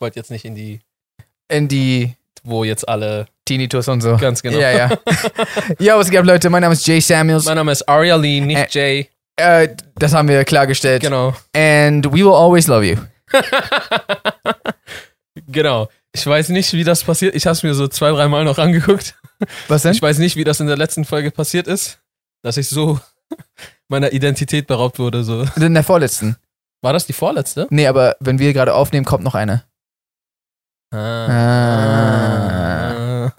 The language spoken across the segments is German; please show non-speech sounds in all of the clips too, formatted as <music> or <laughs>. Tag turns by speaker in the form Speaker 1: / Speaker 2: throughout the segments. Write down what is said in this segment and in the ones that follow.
Speaker 1: wollte jetzt nicht in die,
Speaker 2: in die
Speaker 1: wo jetzt alle
Speaker 2: Tinnitus und so.
Speaker 1: ganz genau.
Speaker 2: Ja, ja. Yo, was geht ab, Leute? Mein Name ist Jay Samuels.
Speaker 1: Mein Name ist Aria Lee, nicht Jay.
Speaker 2: Äh, das haben wir klargestellt.
Speaker 1: Genau.
Speaker 2: And we will always love you.
Speaker 1: Genau. Ich weiß nicht, wie das passiert. Ich habe es mir so zwei, dreimal noch angeguckt.
Speaker 2: Was denn?
Speaker 1: Ich weiß nicht, wie das in der letzten Folge passiert ist, dass ich so <laughs> meiner Identität beraubt wurde. So.
Speaker 2: In der vorletzten.
Speaker 1: War das die vorletzte?
Speaker 2: Nee, aber wenn wir gerade aufnehmen, kommt noch eine.
Speaker 1: Ah.
Speaker 2: Ah.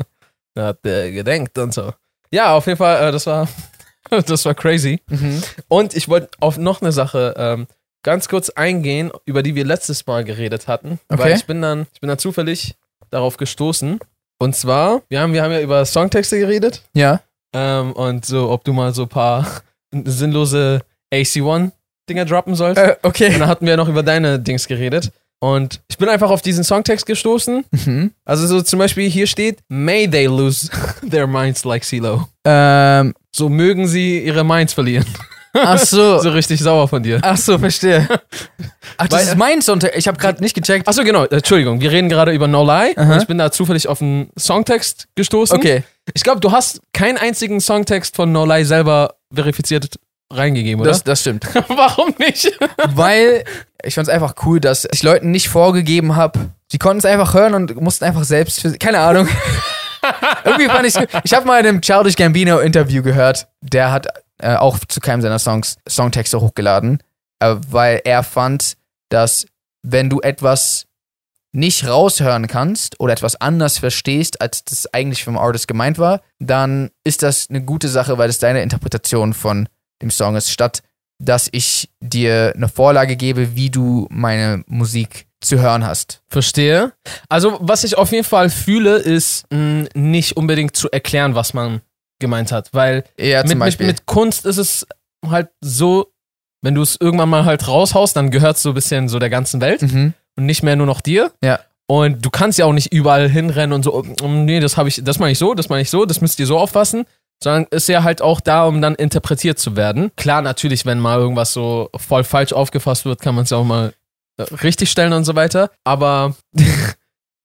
Speaker 1: <laughs> da hat der gedenkt und so. Ja, auf jeden Fall, äh, das war, <laughs> das war crazy.
Speaker 2: Mhm.
Speaker 1: Und ich wollte auf noch eine Sache ähm, ganz kurz eingehen, über die wir letztes Mal geredet hatten.
Speaker 2: Okay.
Speaker 1: Weil ich bin dann, ich bin dann zufällig darauf gestoßen. Und zwar, wir haben, wir haben ja über Songtexte geredet.
Speaker 2: Ja.
Speaker 1: Ähm, und so, ob du mal so ein paar <laughs> sinnlose AC1-Dinger droppen sollst.
Speaker 2: Äh,
Speaker 1: Und
Speaker 2: okay.
Speaker 1: dann hatten wir noch über deine Dings geredet. Und ich bin einfach auf diesen Songtext gestoßen.
Speaker 2: <laughs> Mhm.
Speaker 1: Also so zum Beispiel hier steht, may they lose <laughs> their minds like CeeLo.
Speaker 2: Ähm,
Speaker 1: So mögen sie ihre Minds verlieren.
Speaker 2: ach <laughs> so.
Speaker 1: So richtig sauer von dir.
Speaker 2: Ach so, verstehe. Ach, das
Speaker 1: Weil-
Speaker 2: ist mein Sonntag. Ich habe gerade nicht gecheckt.
Speaker 1: Achso, genau, äh, Entschuldigung, wir reden gerade über No Lie.
Speaker 2: Aha.
Speaker 1: Und ich bin da zufällig auf einen Songtext gestoßen.
Speaker 2: Okay.
Speaker 1: Ich glaube, du hast keinen einzigen Songtext von No Lie selber verifiziert reingegeben, oder?
Speaker 2: Das, <laughs> das stimmt.
Speaker 1: Warum nicht?
Speaker 2: Weil ich fand's einfach cool, dass ich Leuten nicht vorgegeben habe. Sie konnten es einfach hören und mussten einfach selbst für keine Ahnung. <laughs> Irgendwie fand ich's gut. Ich habe mal in einem Childish Gambino Interview gehört, der hat äh, auch zu keinem seiner Songs Songtexte hochgeladen, äh, weil er fand, dass wenn du etwas nicht raushören kannst oder etwas anders verstehst, als das eigentlich vom Artist gemeint war, dann ist das eine gute Sache, weil es deine Interpretation von dem Song ist, statt dass ich dir eine Vorlage gebe, wie du meine Musik zu hören hast.
Speaker 1: Verstehe. Also, was ich auf jeden Fall fühle, ist mh, nicht unbedingt zu erklären, was man gemeint hat. Weil
Speaker 2: Ja, zum
Speaker 1: mit, mit,
Speaker 2: Beispiel.
Speaker 1: mit Kunst ist es halt so, wenn du es irgendwann mal halt raushaust, dann gehört es so ein bisschen so der ganzen Welt
Speaker 2: mhm.
Speaker 1: und nicht mehr nur noch dir.
Speaker 2: Ja.
Speaker 1: Und du kannst ja auch nicht überall hinrennen und so, oh, oh, nee, das habe ich, das meine ich so, das meine ich so, das müsst ihr so auffassen. Sondern ist ja halt auch da, um dann interpretiert zu werden. Klar, natürlich, wenn mal irgendwas so voll falsch aufgefasst wird, kann man es ja auch mal äh, richtig stellen und so weiter. Aber <laughs>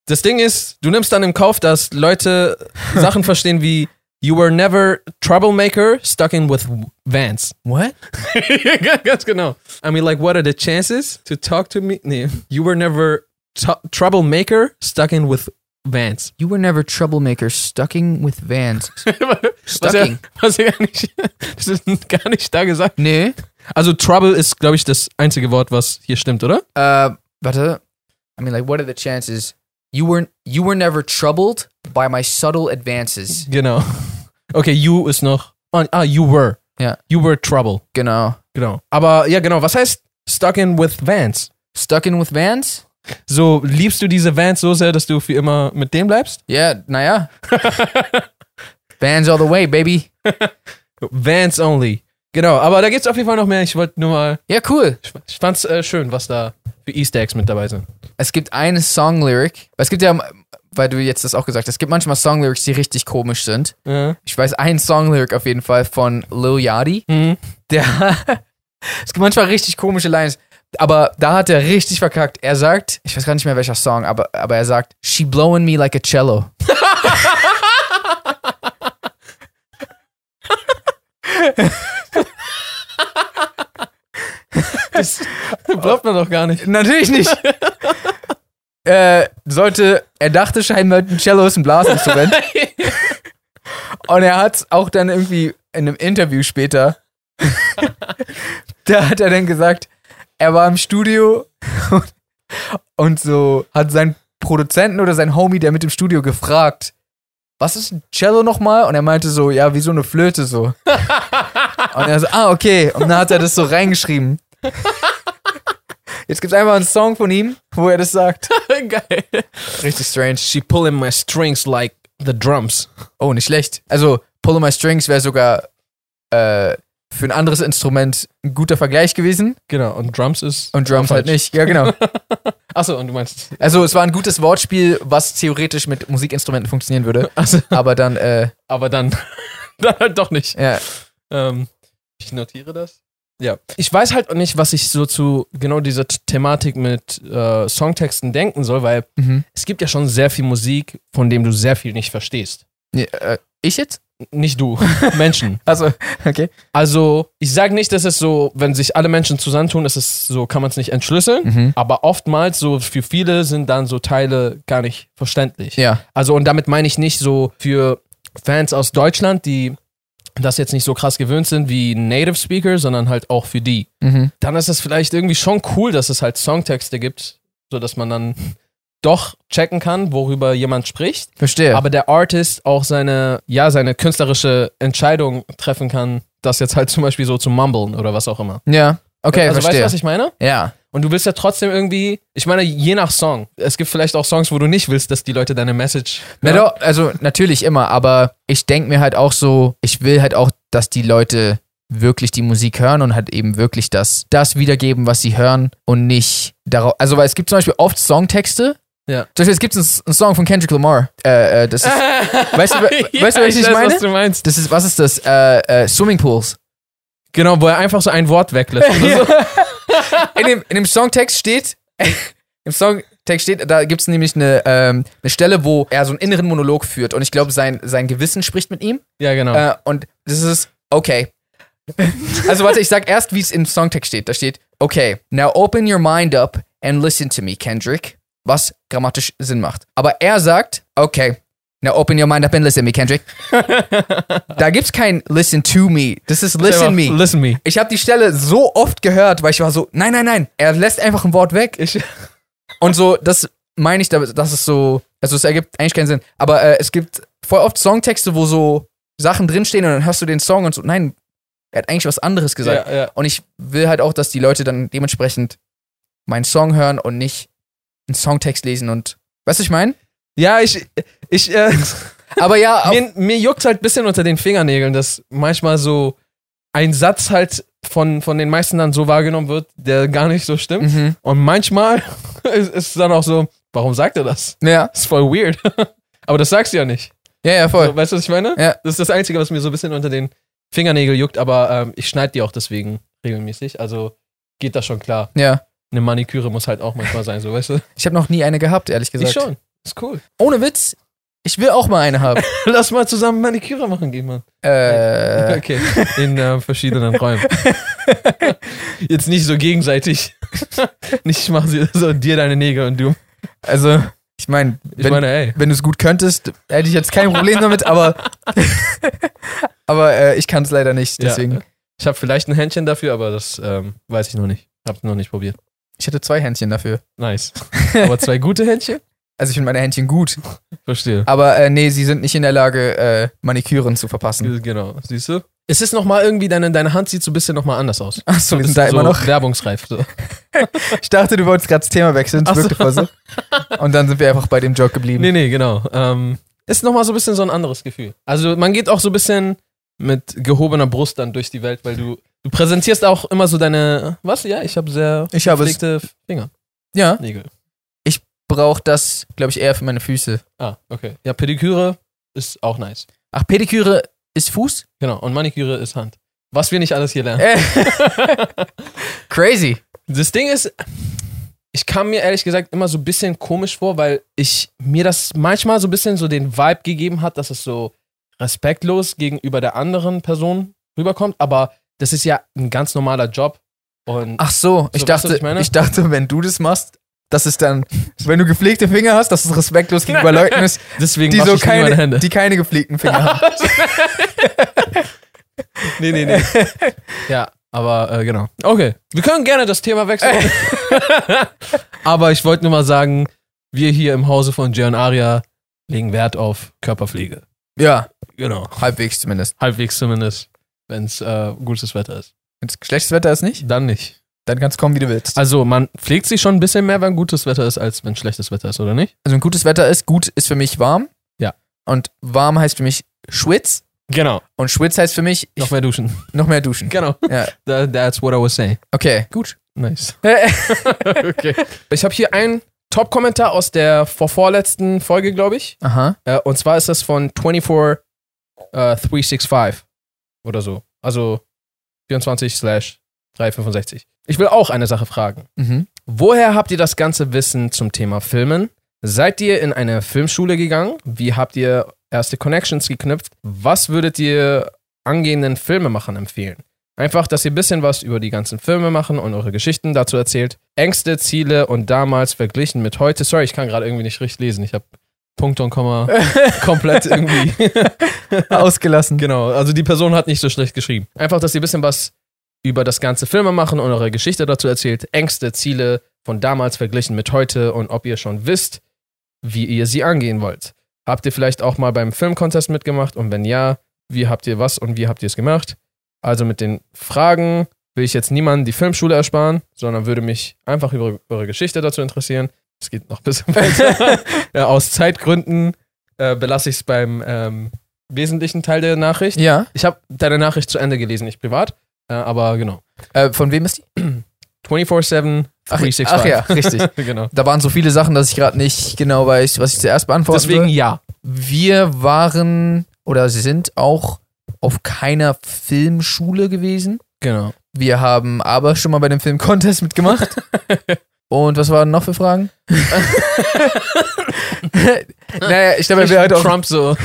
Speaker 1: das Ding ist, du nimmst dann im Kauf, dass Leute Sachen verstehen wie You were never troublemaker stuck in with Vans.
Speaker 2: What?
Speaker 1: <laughs> Ganz genau. I mean, like, what are the chances to talk to me? Nee. You were never tr- troublemaker stuck in with Vans.
Speaker 2: You were never troublemaker, stucking with Vans.
Speaker 1: <laughs> was er,
Speaker 2: Stucking.
Speaker 1: <laughs> was er gar nicht, das ist <laughs> gar nicht da gesagt.
Speaker 2: Nee.
Speaker 1: Also Trouble ist, glaube ich, das einzige Wort, was hier stimmt, oder?
Speaker 2: Äh, warte. I mean, like, what are the chances? You were, you were never troubled by my subtle advances.
Speaker 1: Genau. <laughs> Okay, you ist noch. Ah, ah, you were.
Speaker 2: Ja.
Speaker 1: You were trouble.
Speaker 2: Genau.
Speaker 1: Genau. Aber ja, genau. Was heißt stuck in with Vans?
Speaker 2: Stucking with Vans?
Speaker 1: So, liebst du diese Vans so sehr, dass du für immer mit dem bleibst?
Speaker 2: Ja,
Speaker 1: <laughs>
Speaker 2: naja. Vans all the way, baby.
Speaker 1: Vans only. Genau, aber da gibt's auf jeden Fall noch mehr. Ich wollte nur mal
Speaker 2: Ja, cool.
Speaker 1: Ich, ich fand's äh, schön, was da für Easter Eggs mit dabei sind.
Speaker 2: Es gibt eine Song-Lyric. Es gibt ja, weil du jetzt das auch gesagt hast, es gibt manchmal Song-Lyrics, die richtig komisch sind.
Speaker 1: <laughs>
Speaker 2: Ich weiß einen Song-Lyric auf jeden Fall von Lil Yachty.
Speaker 1: Mhm.
Speaker 2: Der, <laughs> es gibt manchmal richtig komische Lines. Aber da hat er richtig verkackt. Er sagt, ich weiß gar nicht mehr welcher Song, aber, aber er sagt, She blowing me like a cello.
Speaker 1: Das glaubt man doch gar nicht.
Speaker 2: Natürlich nicht. <laughs> äh, sollte, er dachte scheinbar, ein Cello ist ein <laughs> Blasinstrument. Und er hat auch dann irgendwie in einem Interview später, <laughs> da hat er dann gesagt, er war im Studio und, und so hat sein Produzenten oder sein Homie, der mit im Studio gefragt, was ist ein Cello nochmal? Und er meinte so, ja, wie so eine Flöte <laughs> so. Und er so, ah, okay. Und dann hat er das so reingeschrieben. Jetzt gibt's einfach einen Song von ihm, wo er das sagt.
Speaker 1: <laughs> Geil.
Speaker 2: <laughs> Richtig strange.
Speaker 1: She pulling my strings like the drums.
Speaker 2: Oh, nicht schlecht. Also, Pull on My Strings wäre sogar äh, für ein anderes Instrument ein guter Vergleich gewesen.
Speaker 1: Genau, und Drums ist.
Speaker 2: Und Drums halt
Speaker 1: Falsch.
Speaker 2: nicht. Ja, <laughs> genau.
Speaker 1: Achso, und du meinst.
Speaker 2: Also, es war ein gutes Wortspiel, was theoretisch mit Musikinstrumenten funktionieren würde.
Speaker 1: Also,
Speaker 2: Aber dann, äh,
Speaker 1: <laughs> aber dann. dann halt doch nicht.
Speaker 2: ja.
Speaker 1: Ähm, ich notiere das. Ja. Ich weiß halt auch nicht, was ich so zu genau dieser T- Thematik mit äh, Songtexten denken soll, weil
Speaker 2: Mhm.
Speaker 1: es gibt ja schon sehr viel Musik, von dem du sehr viel nicht verstehst.
Speaker 2: Ja, äh, ich jetzt?
Speaker 1: N- Nicht du, <laughs> Menschen.
Speaker 2: Also, <laughs> okay.
Speaker 1: Also, ich sage nicht, dass es so, wenn sich alle Menschen zusammentun, ist es so, kann man es nicht entschlüsseln.
Speaker 2: Mhm.
Speaker 1: Aber oftmals, so für viele sind dann so Teile gar nicht verständlich.
Speaker 2: Ja.
Speaker 1: Also, und damit meine ich nicht so für Fans aus Deutschland, die das jetzt nicht so krass gewöhnt sind wie Native Speaker, sondern halt auch für die.
Speaker 2: Mhm.
Speaker 1: Dann ist es vielleicht irgendwie schon cool, dass es halt Songtexte gibt, sodass man dann doch checken kann, worüber jemand spricht.
Speaker 2: Verstehe.
Speaker 1: Aber der Artist auch seine, ja, seine künstlerische Entscheidung treffen kann, das jetzt halt zum Beispiel so zu mumblen oder was auch immer.
Speaker 2: ja. Okay,
Speaker 1: also weißt
Speaker 2: verstehe.
Speaker 1: du, was ich meine?
Speaker 2: ja.
Speaker 1: Und du willst ja trotzdem irgendwie, ich meine, je nach Song. Es gibt vielleicht auch Songs, wo du nicht willst, dass die Leute deine Message.
Speaker 2: Na doch, also natürlich immer, aber ich denke mir halt auch so, ich will halt auch, dass die Leute wirklich die Musik hören und halt eben wirklich das, das wiedergeben, was sie hören und nicht darauf. Also, weil es gibt zum Beispiel oft Songtexte.
Speaker 1: Ja.
Speaker 2: Zum Beispiel, es gibt einen, S- einen Song von Kendrick Lamar. Äh, äh, das ist.
Speaker 1: <laughs>
Speaker 2: weißt du, we-
Speaker 1: Ja,
Speaker 2: weißt du, was ich,
Speaker 1: weiß,
Speaker 2: meine?
Speaker 1: was du meinst.
Speaker 2: das ist, was ist das? Äh, äh, Swimmingpools.
Speaker 1: Genau, wo er einfach so ein Wort weglässt.
Speaker 2: <laughs>
Speaker 1: Oder so.
Speaker 2: in, dem, in dem Songtext steht, <laughs> im Songtext steht, da gibt es nämlich eine, ähm, eine Stelle, wo er so einen inneren Monolog führt und ich glaube, sein, sein Gewissen spricht mit ihm
Speaker 1: Ja, genau.
Speaker 2: äh, und das ist okay. also warte, ich sag erst, wie es im Songtext steht. Da steht, okay, now open your mind up and listen to me, Kendrick. Was grammatisch Sinn macht. Aber er sagt, okay, now open your mind up and listen to me, Kendrick. da gibt's kein listen to me. Das ist listen me.
Speaker 1: Listen me.
Speaker 2: Ich habe die Stelle so oft gehört, weil ich war so, nein, nein, nein, er lässt einfach ein Wort weg. und so, das meine ich damit, das ist so, also es ergibt eigentlich keinen Sinn. Aber äh, es gibt voll oft Songtexte, wo so Sachen drinstehen und dann hörst du den Song und so, nein, er hat eigentlich was anderes gesagt.
Speaker 1: Ja, ja.
Speaker 2: Und ich will halt auch, dass die Leute dann dementsprechend meinen Song hören und nicht einen Songtext lesen und, weißt du, ich meine?
Speaker 1: ja, ich, ich, äh,
Speaker 2: Aber <laughs> ja, auf,
Speaker 1: mir, mir juckt halt ein bisschen unter den Fingernägeln, dass manchmal so ein Satz halt von, von den meisten dann so wahrgenommen wird, der gar nicht so stimmt.
Speaker 2: mhm,
Speaker 1: Und manchmal <laughs> ist ist es dann auch so, warum sagt er das?
Speaker 2: ja,
Speaker 1: Das ist voll weird. <laughs> Aber das sagst du ja nicht.
Speaker 2: ja, ja, voll.
Speaker 1: So, weißt du, was ich meine?
Speaker 2: Ja.
Speaker 1: Das ist das Einzige, was mir so ein bisschen unter den Fingernägel juckt, aber ähm, ich schneide die auch deswegen regelmäßig. Also geht das schon klar.
Speaker 2: Ja.
Speaker 1: Eine Maniküre muss halt auch manchmal sein, so weißt <laughs> du?
Speaker 2: Ich habe noch nie eine gehabt, ehrlich gesagt.
Speaker 1: Ich schon. Ist cool.
Speaker 2: Ohne Witz, ich will auch mal eine haben.
Speaker 1: Lass mal zusammen Maniküre machen gehen, Mann.
Speaker 2: Äh,
Speaker 1: Okay. In äh, verschiedenen <laughs> Räumen. Jetzt nicht so gegenseitig. <laughs> nicht, ich mach sie- so dir deine Nägel und du.
Speaker 2: also, ich meine,
Speaker 1: Ich
Speaker 2: wenn,
Speaker 1: meine, ey.
Speaker 2: wenn du es gut könntest, hätte ich jetzt kein Problem damit, aber,
Speaker 1: <laughs>
Speaker 2: aber äh, ich kann es leider nicht,
Speaker 1: Ja.
Speaker 2: deswegen.
Speaker 1: Ich habe vielleicht ein Händchen dafür, aber das ähm, weiß ich noch nicht. Hab's noch nicht probiert.
Speaker 2: Ich hätte zwei Händchen dafür.
Speaker 1: <laughs> Nice. Aber zwei gute Händchen?
Speaker 2: Also ich finde meine Händchen gut,
Speaker 1: Verstehe.
Speaker 2: aber äh, nee, sie sind nicht in der Lage, äh, Maniküren zu verpassen.
Speaker 1: Genau, siehst du? Es ist nochmal irgendwie, deine, deine Hand sieht so ein bisschen nochmal anders aus.
Speaker 2: Achso, wir sind
Speaker 1: Das ist
Speaker 2: da
Speaker 1: so
Speaker 2: immer noch.
Speaker 1: Werbungsreif. So.
Speaker 2: Ich dachte, du wolltest gerade das Thema wechseln, es
Speaker 1: Ach so.
Speaker 2: wirkte voll
Speaker 1: <laughs>
Speaker 2: so. Und dann sind wir einfach bei dem Joke geblieben.
Speaker 1: Nee, nee, genau. Ähm, ist nochmal so ein bisschen so ein anderes Gefühl. Also man geht auch so ein bisschen mit gehobener Brust dann durch die Welt, weil du, du präsentierst auch immer so deine, was? Ja, ich habe sehr
Speaker 2: Ich habe es.
Speaker 1: gepflegte Finger,
Speaker 2: Ja,
Speaker 1: Nägel.
Speaker 2: braucht das, glaube ich, eher für meine Füße.
Speaker 1: Ah, okay. Ja, Pediküre ist auch nice.
Speaker 2: Ach, Pediküre ist Fuß?
Speaker 1: Genau, und Maniküre ist Hand. Was wir nicht alles hier lernen.
Speaker 2: Äh.
Speaker 1: <laughs>
Speaker 2: Crazy.
Speaker 1: Das Ding ist, ich kam mir ehrlich gesagt immer so ein bisschen komisch vor, weil ich mir das manchmal so ein bisschen so den Vibe gegeben hat, dass es so respektlos gegenüber der anderen Person rüberkommt, aber das ist ja ein ganz normaler Job und
Speaker 2: Ach so, ich
Speaker 1: So, weißt
Speaker 2: dachte,
Speaker 1: du, was
Speaker 2: ich,
Speaker 1: ich meine?
Speaker 2: dachte, wenn du das machst, dass es dann, wenn du gepflegte Finger hast, dass es respektlos gegenüber Leuten ist,
Speaker 1: deswegen
Speaker 2: die
Speaker 1: wasche
Speaker 2: so
Speaker 1: ich nie meine
Speaker 2: keine,
Speaker 1: Hände.
Speaker 2: die keine gepflegten Finger <laughs> haben.
Speaker 1: nee, nee, nee. <laughs> ja, aber äh, genau. Okay, wir können gerne das
Speaker 2: <laughs>
Speaker 1: Thema wechseln. aber ich wollte nur mal sagen, wir hier im Hause von Gian Aria legen Wert auf Körperpflege.
Speaker 2: Ja,
Speaker 1: Genau.
Speaker 2: halbwegs zumindest.
Speaker 1: Halbwegs zumindest, wenn es äh, gutes Wetter ist.
Speaker 2: Wenn es schlechtes Wetter ist nicht,
Speaker 1: Dann nicht.
Speaker 2: dann kannst du kommen, wie du willst.
Speaker 1: Also man pflegt sich schon ein bisschen mehr, wenn gutes Wetter ist, als wenn schlechtes Wetter ist, oder nicht?
Speaker 2: Also wenn gutes Wetter ist, gut ist für mich warm.
Speaker 1: Ja.
Speaker 2: Und warm heißt für mich Schwitz.
Speaker 1: Genau.
Speaker 2: Und Schwitz heißt für mich ich,
Speaker 1: Noch mehr duschen.
Speaker 2: noch mehr duschen.
Speaker 1: <laughs> Genau.
Speaker 2: Ja.
Speaker 1: Tha- That's what I was saying.
Speaker 2: Okay, gut.
Speaker 1: <laughs> Nice. okay. Ich habe hier einen Top-Kommentar aus der vorvorletzten Folge, glaube ich.
Speaker 2: Aha.
Speaker 1: Äh, und zwar ist das von 24 äh, 365 oder so. Also 24 slash 365. Ich will auch eine Sache fragen.
Speaker 2: <laughs> Mhm.
Speaker 1: Woher habt ihr das ganze Wissen zum Thema Filmen? Seid ihr in eine Filmschule gegangen? Wie habt ihr erste Connections geknüpft? Was würdet ihr angehenden Filmemachern empfehlen? Einfach, dass ihr ein bisschen was über die ganzen Filme machen und eure Geschichten dazu erzählt. Ängste, Ziele und damals verglichen mit heute. Sorry, ich kann gerade irgendwie nicht richtig lesen. Ich habe Punkte und Komma komplett irgendwie.
Speaker 2: Ausgelassen.
Speaker 1: Genau, also die Person hat nicht so schlecht geschrieben. Einfach, dass ihr ein bisschen was über das ganze Filme machen und eure Geschichte dazu erzählt, Ängste, Ziele von damals verglichen mit heute und ob ihr schon wisst, wie ihr sie angehen wollt. Habt ihr vielleicht auch mal beim Filmcontest mitgemacht und wenn ja, wie habt ihr was und wie habt ihr es gemacht? Also mit den Fragen will ich jetzt niemanden die Filmschule ersparen, sondern würde mich einfach über eure Geschichte dazu interessieren. Es geht noch ein bisschen <laughs> weiter. ja, aus Zeitgründen äh, belasse ich es beim ähm, wesentlichen Teil der Nachricht.
Speaker 2: Ja.
Speaker 1: Ich habe deine Nachricht zu Ende gelesen, nicht privat, äh, aber genau.
Speaker 2: Äh, von wem ist die?
Speaker 1: 24-7,
Speaker 2: Ach,
Speaker 1: 365.
Speaker 2: ach <laughs> ja, richtig.
Speaker 1: genau.
Speaker 2: Da waren so viele Sachen, dass ich gerade nicht genau weiß, was ich zuerst beantworten
Speaker 1: Deswegen
Speaker 2: will.
Speaker 1: ja.
Speaker 2: Wir waren oder sind auch auf keiner Filmschule gewesen.
Speaker 1: Genau.
Speaker 2: Wir haben aber schon mal bei dem Filmcontest
Speaker 1: <laughs>
Speaker 2: mitgemacht. Und was waren noch für Fragen? naja, ich glaube, er will heute halt auch.
Speaker 1: Trump so.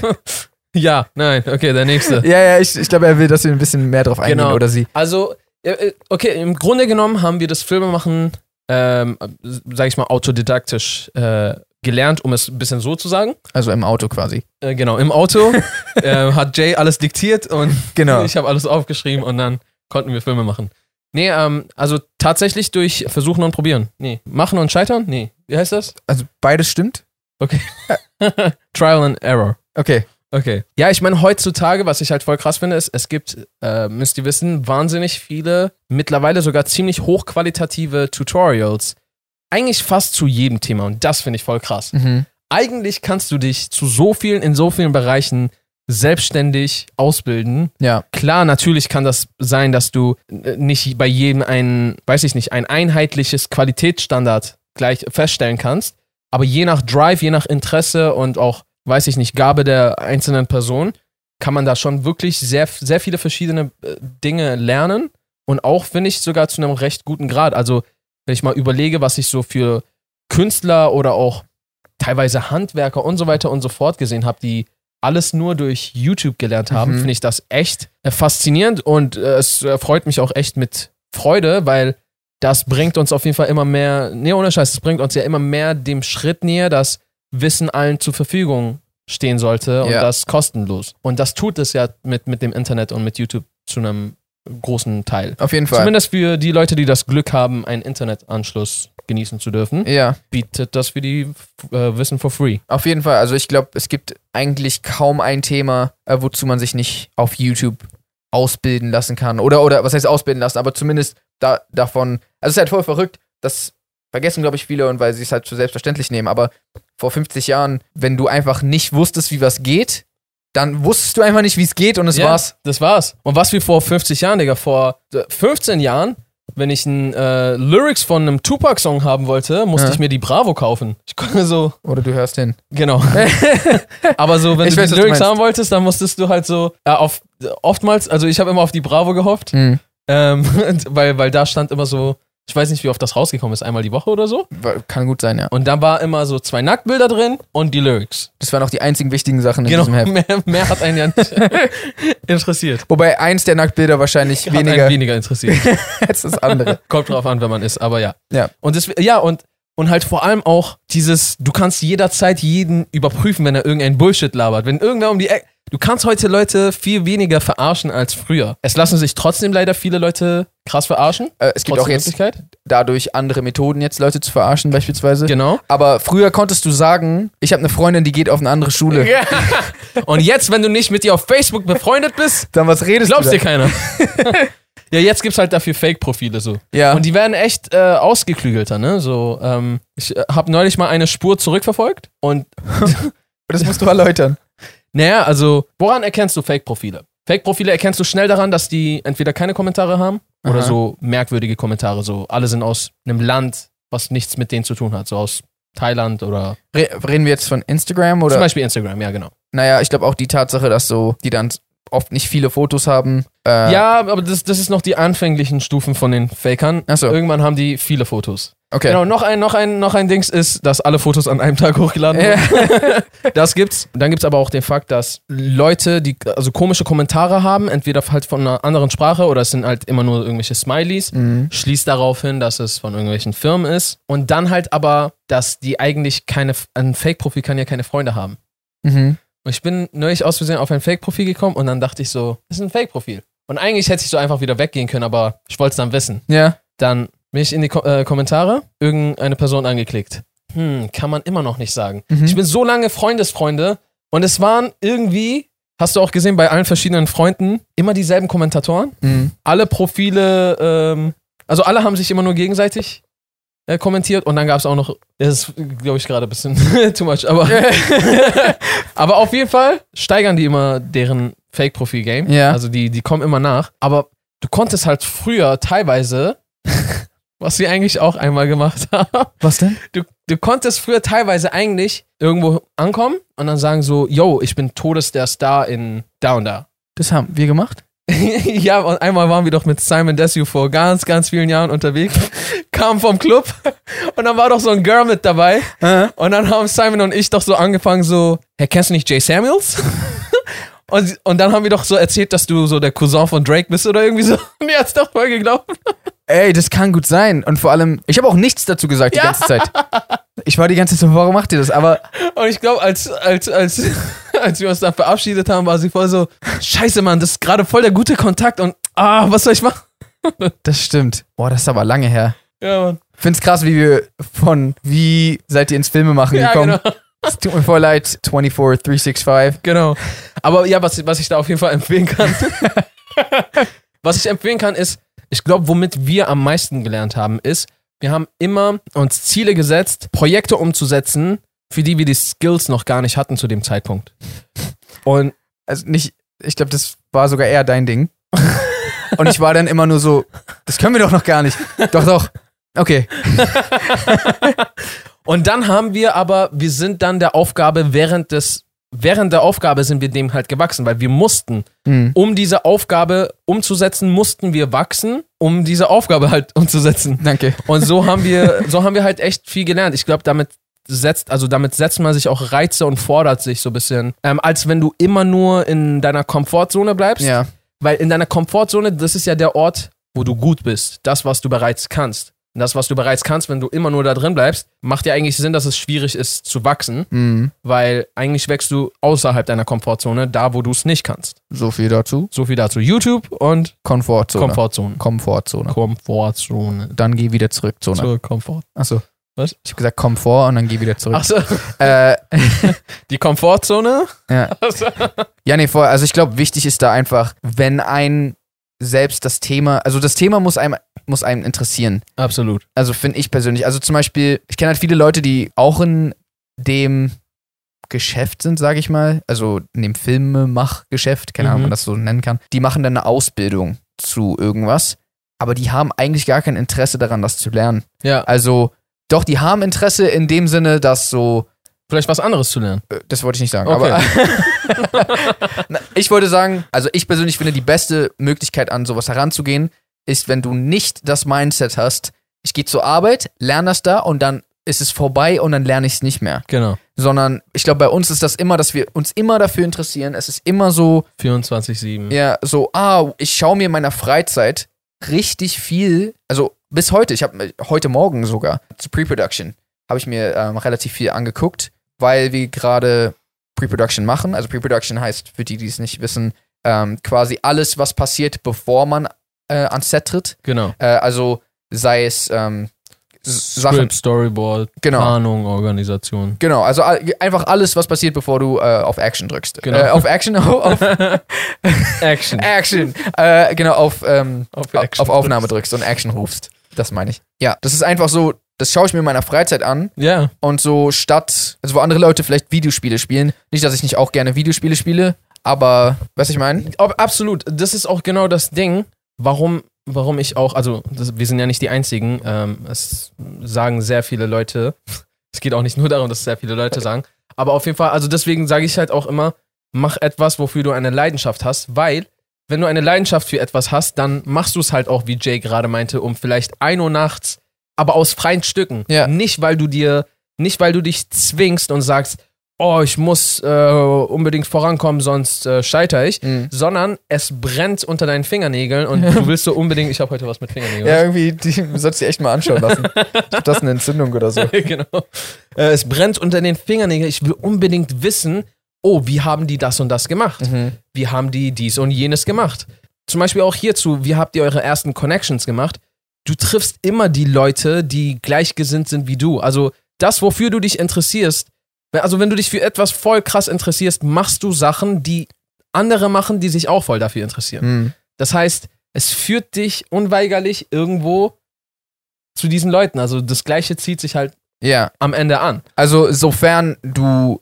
Speaker 1: <laughs> ja, nein, okay, der nächste.
Speaker 2: Ja, ja, ich, ich glaube, er will, dass wir ein bisschen mehr drauf eingehen
Speaker 1: Genau.
Speaker 2: oder sie.
Speaker 1: Also, äh, äh, okay, im Grunde genommen haben wir das Filmemachen, ähm, äh, sag ich mal, autodidaktisch äh, gelernt, um es ein bisschen so zu sagen.
Speaker 2: Also im Auto quasi.
Speaker 1: Äh, genau, im
Speaker 2: <laughs>
Speaker 1: Auto äh, hat Jay alles diktiert und
Speaker 2: Genau.
Speaker 1: Ich habe alles aufgeschrieben und dann konnten wir Filme machen. Nee, ähm, also tatsächlich durch Versuchen und Probieren. Nee. Machen und Scheitern? Nee. Wie heißt das?
Speaker 2: Also beides stimmt?
Speaker 1: Trial and Error.
Speaker 2: Okay.
Speaker 1: Okay. Ja, ich meine, heutzutage, was ich halt voll krass finde, ist, es gibt, äh, müsst ihr wissen, wahnsinnig viele, mittlerweile sogar ziemlich hochqualitative Tutorials. Eigentlich fast zu jedem Thema und das finde ich voll krass.
Speaker 2: Mhm.
Speaker 1: Eigentlich kannst du dich zu so vielen, in so vielen Bereichen selbstständig ausbilden
Speaker 2: Ja.
Speaker 1: Klar, natürlich kann das sein, dass du äh, nicht bei jedem ein, weiß ich nicht, ein einheitliches Qualitätsstandard gleich feststellen kannst. Aber je nach Drive, je nach Interesse und auch, weiß ich nicht, Gabe der einzelnen Person, kann man da schon wirklich sehr, sehr viele verschiedene äh, Dinge lernen. Und auch, finde ich, sogar zu einem recht guten Grad. Also, wenn ich mal überlege, was ich so für Künstler oder auch teilweise Handwerker und so weiter und so fort gesehen habe, die alles nur durch YouTube gelernt haben,
Speaker 2: Mhm.
Speaker 1: finde ich das echt äh, faszinierend und äh, es äh, freut mich auch echt mit Freude, weil das bringt uns auf jeden Fall immer mehr, nee, ohne Scheiß, das bringt uns ja immer mehr dem Schritt näher, dass Wissen allen zur Verfügung stehen sollte und
Speaker 2: Ja.
Speaker 1: das kostenlos. Und das tut es ja mit, mit dem Internet und mit YouTube zu einem großen Teil.
Speaker 2: Auf jeden Fall.
Speaker 1: Zumindest für die Leute, die das Glück haben, einen Internetanschluss genießen zu dürfen,
Speaker 2: ja.
Speaker 1: bietet das für die äh, Wissen for free.
Speaker 2: Auf jeden Fall. Also ich glaube, es gibt eigentlich kaum ein Thema, äh, wozu man sich nicht auf YouTube ausbilden lassen kann. Oder, oder was heißt ausbilden lassen, aber zumindest da, davon. Also es ist halt voll verrückt, das vergessen, glaube ich, viele und weil sie es halt für selbstverständlich nehmen. Aber vor 50 Jahren, wenn du einfach nicht wusstest, wie was geht, dann wusstest du einfach nicht, wie es geht und es
Speaker 1: Ja,
Speaker 2: war's.
Speaker 1: Das war's. Und was wir vor 50 Jahren, Digga, vor äh, 15 Jahren, wenn ich ein äh, Lyrics von einem Tupac-Song haben wollte, musste
Speaker 2: Ja.
Speaker 1: ich mir die Bravo kaufen. Ich konnte so,
Speaker 2: Oder du hörst hin. <laughs>
Speaker 1: genau. Aber so, wenn
Speaker 2: Ich
Speaker 1: du
Speaker 2: weiß, was
Speaker 1: die
Speaker 2: du
Speaker 1: Lyrics
Speaker 2: meinst.
Speaker 1: haben wolltest, dann musstest du halt so äh, auf oftmals, also ich habe immer auf die Bravo gehofft,
Speaker 2: Hm.
Speaker 1: ähm, <laughs> weil, weil da stand immer so, ich weiß nicht, wie oft das rausgekommen ist, einmal die Woche oder so.
Speaker 2: Kann gut sein, ja.
Speaker 1: Und dann war immer so zwei Nacktbilder drin und die Lyrics.
Speaker 2: Das waren auch die einzigen wichtigen Sachen in
Speaker 1: Genau,
Speaker 2: diesem Heft.
Speaker 1: mehr, mehr hat einen
Speaker 2: <laughs>
Speaker 1: ja nicht interessiert.
Speaker 2: Wobei eins der Nacktbilder
Speaker 1: <laughs>
Speaker 2: wahrscheinlich
Speaker 1: Hat
Speaker 2: weniger
Speaker 1: einen weniger interessiert.
Speaker 2: <laughs> als das andere.
Speaker 1: Kommt drauf an, wenn man ist, aber ja.
Speaker 2: Ja.
Speaker 1: Und das, ja, und, und halt vor allem auch dieses, du kannst jederzeit jeden überprüfen, wenn er irgendeinen Bullshit labert. Wenn irgendwer um die Ecke. Du kannst heute Leute viel weniger verarschen als früher. Es lassen sich trotzdem leider viele Leute krass verarschen.
Speaker 2: Äh, es gibt
Speaker 1: Trotz
Speaker 2: auch
Speaker 1: der
Speaker 2: jetzt
Speaker 1: Möglichkeit.
Speaker 2: dadurch andere Methoden jetzt Leute zu verarschen beispielsweise.
Speaker 1: Genau.
Speaker 2: Aber früher konntest du sagen, ich habe eine Freundin, die geht auf eine andere Schule.
Speaker 1: Und jetzt, wenn du nicht mit ihr auf Facebook
Speaker 2: <laughs>
Speaker 1: befreundet bist,
Speaker 2: Dann was redest
Speaker 1: glaubst
Speaker 2: du?
Speaker 1: dir keiner.
Speaker 2: <laughs>
Speaker 1: ja, jetzt gibt's halt dafür Fake-Profile so.
Speaker 2: da? Ja.
Speaker 1: Und die werden echt äh, ausgeklügelter, ne? So, ähm, ich äh, habe neulich mal eine Spur zurückverfolgt und
Speaker 2: das musst du erläutern.
Speaker 1: Naja, also, woran erkennst du Fake-Profile? Fake-Profile erkennst du schnell daran, dass die entweder keine Kommentare haben oder
Speaker 2: Aha.
Speaker 1: so merkwürdige Kommentare. So, alle sind aus einem Land, was nichts mit denen zu tun hat. So aus Thailand oder,
Speaker 2: Re reden wir jetzt von Instagram
Speaker 1: zum
Speaker 2: oder?
Speaker 1: Beispiel Instagram, ja, genau.
Speaker 2: Naja, ich glaube auch die Tatsache, dass so die dann oft nicht viele Fotos haben Äh,
Speaker 1: Ja, aber das, das ist noch die anfänglichen Stufen von den Fakern.
Speaker 2: Ach so.
Speaker 1: Irgendwann haben die viele Fotos.
Speaker 2: Okay.
Speaker 1: Genau, noch ein, noch ein, noch ein Dings ist, dass alle Fotos an einem Tag hochgeladen werden.
Speaker 2: Ja. <laughs>
Speaker 1: Das gibt's. Dann gibt's aber auch den Fakt, dass Leute, die also komische Kommentare haben, entweder halt von einer anderen Sprache oder es sind halt immer nur irgendwelche Smileys,
Speaker 2: Mhm.
Speaker 1: schließt darauf hin, dass es von irgendwelchen Firmen ist. Und dann halt aber, dass die eigentlich keine, ein Fake-Profil kann ja keine Freunde haben.
Speaker 2: Mhm.
Speaker 1: Und ich bin neulich aus Versehen auf ein Fake-Profil gekommen und dann dachte ich so, das ist ein Fake-Profil. Und eigentlich hätte ich so einfach wieder weggehen können, aber ich wollte es dann wissen.
Speaker 2: Ja.
Speaker 1: Dann bin ich in die Ko äh, Kommentare, irgendeine Person angeklickt. Hm, kann man immer noch nicht sagen.
Speaker 2: Mhm.
Speaker 1: Ich bin so lange Freundesfreunde und es waren irgendwie, hast du auch gesehen, bei allen verschiedenen Freunden immer dieselben Kommentatoren.
Speaker 2: Mhm.
Speaker 1: Alle Profile, ähm, also alle haben sich immer nur gegenseitig äh, kommentiert und dann gab es auch noch, das ist, glaube ich, gerade ein bisschen <laughs> too much, aber, aber auf jeden Fall steigern die immer deren Fake-Profil-Game.
Speaker 2: Ja.
Speaker 1: Also die, die kommen immer nach. Aber du konntest halt früher teilweise, <laughs> was wir eigentlich auch einmal gemacht <laughs> haben,
Speaker 2: Was denn?
Speaker 1: du, du konntest früher teilweise eigentlich irgendwo ankommen und dann sagen so, yo, ich bin Todes der Star in da und da.
Speaker 2: Das haben wir gemacht.
Speaker 1: <laughs> ja, und einmal waren wir doch mit Simon Desue vor ganz, ganz vielen Jahren unterwegs, <laughs> kamen vom Club <laughs> und dann war doch so ein Girl mit dabei und dann haben Simon und ich doch so angefangen so, hey, kennst du nicht Jay Samuels? <laughs> Und, sie- und dann haben wir doch so erzählt, dass du so der Cousin von Drake bist oder irgendwie so. <laughs> Und die hat's doch voll geglaubt.
Speaker 2: Ey, das kann gut sein. Und vor allem, ich habe auch nichts dazu gesagt die
Speaker 1: Ja.
Speaker 2: ganze Zeit. Ich war die ganze Zeit so, warum macht ihr das? Aber
Speaker 1: Und ich glaube, als, als, als, <laughs> als wir uns dann verabschiedet haben, war sie voll so, scheiße, Mann, das ist gerade voll der gute Kontakt und ah, was soll ich machen?
Speaker 2: das stimmt. Boah, das ist aber lange her.
Speaker 1: Ja, Mann.
Speaker 2: Find's krass, wie wir von wie seid ihr ins Filme machen
Speaker 1: Ja,
Speaker 2: gekommen.
Speaker 1: genau.
Speaker 2: Es tut mir voll leid. 24, 365.
Speaker 1: genau. Aber ja, was, was ich da auf jeden Fall empfehlen kann. was ich empfehlen kann, ist, ich glaube, womit wir am meisten gelernt haben, ist, wir haben immer uns Ziele gesetzt, Projekte umzusetzen, für die wir die Skills noch gar nicht hatten zu dem Zeitpunkt. Und
Speaker 2: Also nicht, ich glaube, das war sogar eher dein Ding. Und ich war dann immer nur so, das können wir doch noch gar nicht. Doch, doch. Okay.
Speaker 1: Und dann haben wir aber, wir sind dann der Aufgabe während des, während der Aufgabe sind wir dem halt gewachsen, weil wir mussten,
Speaker 2: Mhm.
Speaker 1: um diese Aufgabe umzusetzen, mussten wir wachsen, um diese Aufgabe halt umzusetzen.
Speaker 2: Danke.
Speaker 1: Und so haben wir, so haben wir halt echt viel gelernt. Ich glaube, damit setzt, also damit setzt man sich auch Reize und fordert sich so ein bisschen. Ähm, als wenn du immer nur in deiner Komfortzone bleibst.
Speaker 2: Ja.
Speaker 1: Weil in deiner Komfortzone, das ist ja der Ort, wo du gut bist. Das, was du bereits kannst. Und das, was du bereits kannst, wenn du immer nur da drin bleibst, macht ja eigentlich Sinn, dass es schwierig ist zu wachsen,
Speaker 2: Mhm.
Speaker 1: weil eigentlich wächst du außerhalb deiner Komfortzone, da, wo du es nicht kannst.
Speaker 2: So viel dazu.
Speaker 1: So viel dazu. YouTube und
Speaker 2: Komfortzone.
Speaker 1: Komfortzone.
Speaker 2: Komfortzone.
Speaker 1: Komfortzone.
Speaker 2: Dann geh wieder zurück, Zone.
Speaker 1: Zur Komfort.
Speaker 2: Achso.
Speaker 1: Was?
Speaker 2: Ich habe gesagt Komfort und dann geh wieder zurück.
Speaker 1: Achso,
Speaker 2: Äh,
Speaker 1: die Komfortzone? <laughs>
Speaker 2: ja.
Speaker 1: Also
Speaker 2: ja, nee, voll. Also ich glaube, wichtig ist da einfach, wenn ein selbst das Thema, also das Thema muss einem, muss einem interessieren.
Speaker 1: Absolut.
Speaker 2: Also finde ich persönlich. Also zum Beispiel, ich kenne halt viele Leute, die auch in dem Geschäft sind, sage ich mal. Also in dem Filmemachgeschäft, keine Ahnung, ob
Speaker 1: Mhm.
Speaker 2: man das so nennen kann. Die machen dann eine Ausbildung zu irgendwas, aber die haben eigentlich gar kein Interesse daran, das zu lernen.
Speaker 1: Ja,
Speaker 2: Also doch, die haben Interesse in dem Sinne, dass so,
Speaker 1: vielleicht was anderes zu lernen.
Speaker 2: äh, das wollte ich nicht sagen,
Speaker 1: Okay.
Speaker 2: aber Na, ich wollte sagen, also ich persönlich finde, die beste Möglichkeit an sowas heranzugehen, ist, wenn du nicht das Mindset hast, ich gehe zur Arbeit, lerne das da und dann ist es vorbei und dann lerne ich es nicht mehr.
Speaker 1: Genau.
Speaker 2: Sondern ich glaube, bei uns ist das immer, dass wir uns immer dafür interessieren. Es ist immer so,
Speaker 1: 24-7.
Speaker 2: ja, so, ah, ich schaue mir in meiner Freizeit richtig viel, also bis heute, ich habe heute Morgen sogar zu Pre-Production, habe ich mir ähm, relativ viel angeguckt, weil wir gerade Pre-Production machen. Also Pre-Production heißt, für die, die es nicht wissen, ähm, quasi alles, was passiert, bevor man äh, ans Set tritt.
Speaker 1: Genau.
Speaker 2: Äh, also sei es ähm, S- Sachen,
Speaker 1: Script, Ah. Storyboard,
Speaker 2: genau. <laughs>
Speaker 1: Planung, Organisation.
Speaker 2: Genau, also all- einfach alles, was passiert, bevor du äh, auf Action drückst.
Speaker 1: Genau.
Speaker 2: Äh, auf Action, <laughs> auf
Speaker 1: Action.
Speaker 2: Action. äh, genau, auf, ähm,
Speaker 1: Auf
Speaker 2: auf Aufnahme drückst und Action rufst. Das meine ich. Ja, das ist einfach so, das schaue ich mir in meiner Freizeit an
Speaker 1: Ja.
Speaker 2: und so statt, also wo andere Leute vielleicht Videospiele spielen, nicht, dass ich nicht auch gerne Videospiele spiele, aber, was ich meine?
Speaker 1: Ob, absolut. Das ist auch genau das Ding, warum, warum ich auch, also das, wir sind ja nicht die Einzigen, ähm, es sagen sehr viele Leute, <laughs> es geht auch nicht nur darum, dass es sehr viele Leute sagen, aber auf jeden Fall, also deswegen sage ich halt auch immer, mach etwas, wofür du eine Leidenschaft hast, weil wenn du eine Leidenschaft für etwas hast, dann machst du es halt auch, wie Jay gerade meinte, um vielleicht 1 Uhr nachts, aber aus freien Stücken.
Speaker 2: Ja.
Speaker 1: Nicht, weil du dir, nicht weil du dich zwingst und sagst, oh, ich muss äh, unbedingt vorankommen, sonst äh, scheitere ich,
Speaker 2: Mhm.
Speaker 1: sondern es brennt unter deinen Fingernägeln und du willst so unbedingt, ich habe heute was mit Fingernägeln.
Speaker 2: Ja, irgendwie, die <laughs> sollst du echt mal anschauen lassen. Ob das eine Entzündung oder so.
Speaker 1: <laughs> genau. Äh, es brennt unter den Fingernägeln. Ich will unbedingt wissen, oh, wie haben die das und das gemacht?
Speaker 2: Mhm.
Speaker 1: Wie haben die dies und jenes gemacht? Zum Beispiel auch hierzu, wie habt ihr eure ersten Connections gemacht? Du triffst immer die Leute, die gleichgesinnt sind wie du. Also das, wofür du dich interessierst. wenn- Also wenn du dich für etwas voll krass interessierst, machst du Sachen, die andere machen, die sich auch voll dafür interessieren.
Speaker 2: Mhm.
Speaker 1: Das heißt, es führt dich unweigerlich irgendwo zu diesen Leuten. Also das Gleiche zieht sich halt
Speaker 2: Ja,
Speaker 1: am Ende an.
Speaker 2: also sofern du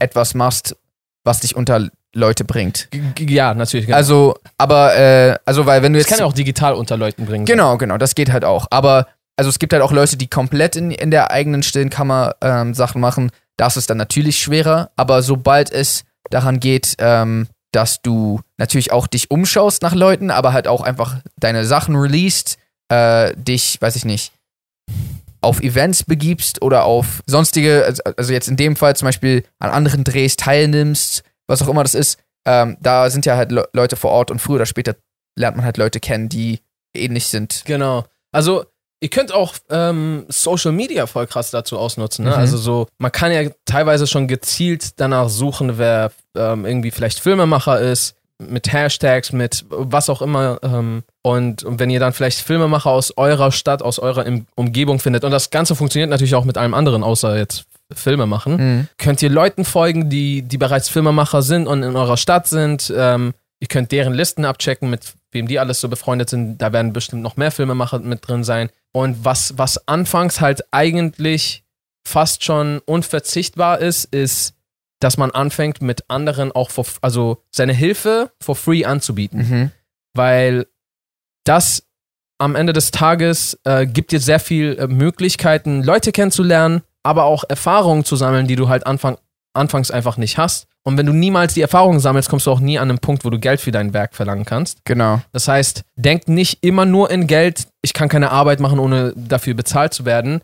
Speaker 2: etwas machst, was dich unter Leute bringt.
Speaker 1: Ja, natürlich. Genau. Also,
Speaker 2: Also, aber, äh, also, weil wenn du
Speaker 1: das
Speaker 2: jetzt.
Speaker 1: kann ja auch digital unter Leuten bringen.
Speaker 2: Genau, genau, das geht halt auch. Aber also es gibt halt auch Leute, die komplett in, in der eigenen stillen Kammer ähm, Sachen machen. Das ist dann natürlich schwerer, aber sobald es daran geht, ähm, dass du natürlich auch dich umschaust nach Leuten, aber halt auch einfach deine Sachen released, äh, dich, weiß ich nicht, auf Events begibst oder auf sonstige, also- also jetzt in dem Fall zum Beispiel an anderen Drehs teilnimmst, was auch immer das ist, ähm, da sind ja halt Le Leute vor Ort und früher oder später lernt man halt Leute kennen, die ähnlich sind.
Speaker 1: Genau. Also, ihr könnt auch ähm, Social Media voll krass dazu ausnutzen. Ne?
Speaker 2: Mhm.
Speaker 1: Also, so, man kann ja teilweise schon gezielt danach suchen, wer ähm, irgendwie vielleicht Filmemacher ist, mit Hashtags, mit was auch immer. Ähm, und, und wenn ihr dann vielleicht Filmemacher aus eurer Stadt, aus eurer Im Umgebung findet, und das Ganze funktioniert natürlich auch mit allem anderen, außer jetzt Filme machen,
Speaker 2: Mhm.
Speaker 1: könnt ihr Leuten folgen, die, die bereits Filmemacher sind und in eurer Stadt sind. Ähm, ihr könnt deren Listen abchecken, mit wem die alles so befreundet sind. Da werden bestimmt noch mehr Filmemacher mit drin sein. Und was, was anfangs halt eigentlich fast schon unverzichtbar ist, ist, dass man anfängt, mit anderen auch, for, also seine Hilfe for free anzubieten
Speaker 2: Mhm.
Speaker 1: weil das am Ende des Tages äh, gibt dir sehr viel äh, Möglichkeiten, Leute kennenzulernen, aber auch Erfahrungen zu sammeln, die du halt anfang, anfangs einfach nicht hast. Und wenn du niemals die Erfahrungen sammelst, kommst du auch nie an einen Punkt, wo du Geld für dein Werk verlangen kannst.
Speaker 2: Genau.
Speaker 1: Das heißt, denkt nicht immer nur in Geld, ich kann keine Arbeit machen, ohne dafür bezahlt zu werden.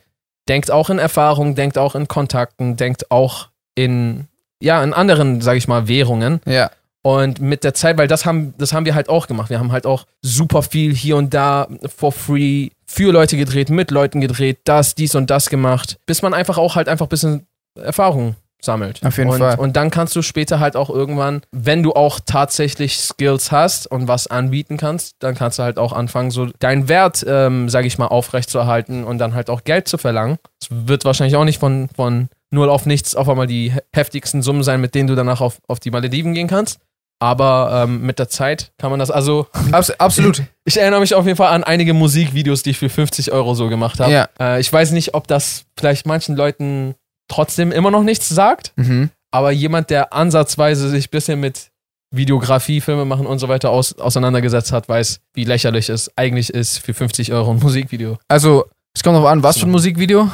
Speaker 1: Denkt auch in Erfahrungen, denkt auch in Kontakten, denkt auch in, ja, in anderen, sag ich mal, Währungen.
Speaker 2: Ja.
Speaker 1: Und mit der Zeit, weil das haben, das haben wir halt auch gemacht. Wir haben halt auch super viel hier und da for free für Leute gedreht, mit Leuten gedreht, das, dies und das gemacht, bis man einfach auch halt einfach ein bisschen Erfahrung sammelt.
Speaker 2: Auf jeden
Speaker 1: und,
Speaker 2: Fall.
Speaker 1: Und dann kannst du später halt auch irgendwann, wenn du auch tatsächlich Skills hast und was anbieten kannst, dann kannst du halt auch anfangen, so deinen Wert, ähm, sage ich mal, aufrechtzuerhalten und dann halt auch Geld zu verlangen. Es wird wahrscheinlich auch nicht von, von null auf nichts auf einmal die he- heftigsten Summen sein, mit denen du danach auf, auf die Malediven gehen kannst. Aber ähm, mit der Zeit kann man das, also
Speaker 2: Abs absolut.
Speaker 1: ich erinnere mich auf jeden Fall an einige Musikvideos, die ich für 50 Euro so gemacht habe.
Speaker 2: Ja.
Speaker 1: Äh, ich weiß nicht, ob das vielleicht manchen Leuten trotzdem immer noch nichts sagt,
Speaker 2: Mhm.
Speaker 1: aber jemand, der ansatzweise sich ein bisschen mit Videografie, Filme machen und so weiter aus, auseinandergesetzt hat, weiß, wie lächerlich es eigentlich ist für 50 Euro ein
Speaker 2: <laughs>
Speaker 1: Musikvideo.
Speaker 2: Also, es kommt drauf an, was für ein Musikvideo.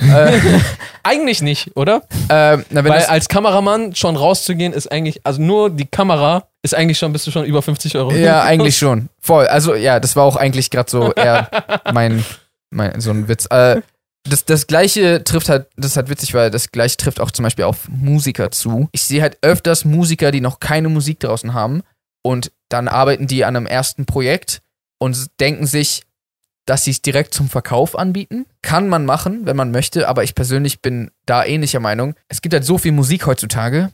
Speaker 2: äh,
Speaker 1: Eigentlich nicht, oder?
Speaker 2: ähm, na, wenn
Speaker 1: Weil
Speaker 2: das-
Speaker 1: als Kameramann schon rauszugehen ist eigentlich, also nur die Kamera ist eigentlich schon, bist du schon über 50 Euro.
Speaker 2: ja, eigentlich schon. Voll. Also, ja, das war auch eigentlich gerade so eher mein, mein, so ein Witz. Äh, das, das gleiche trifft halt, das ist halt witzig, weil das gleiche trifft auch zum Beispiel auf Musiker zu. Ich sehe halt öfters Musiker, die noch keine Musik draußen haben und dann arbeiten die an einem ersten Projekt und s- denken sich, dass sie es direkt zum Verkauf anbieten. Kann man machen, wenn man möchte, aber ich persönlich bin da ähnlicher Meinung. Es gibt halt so viel Musik heutzutage,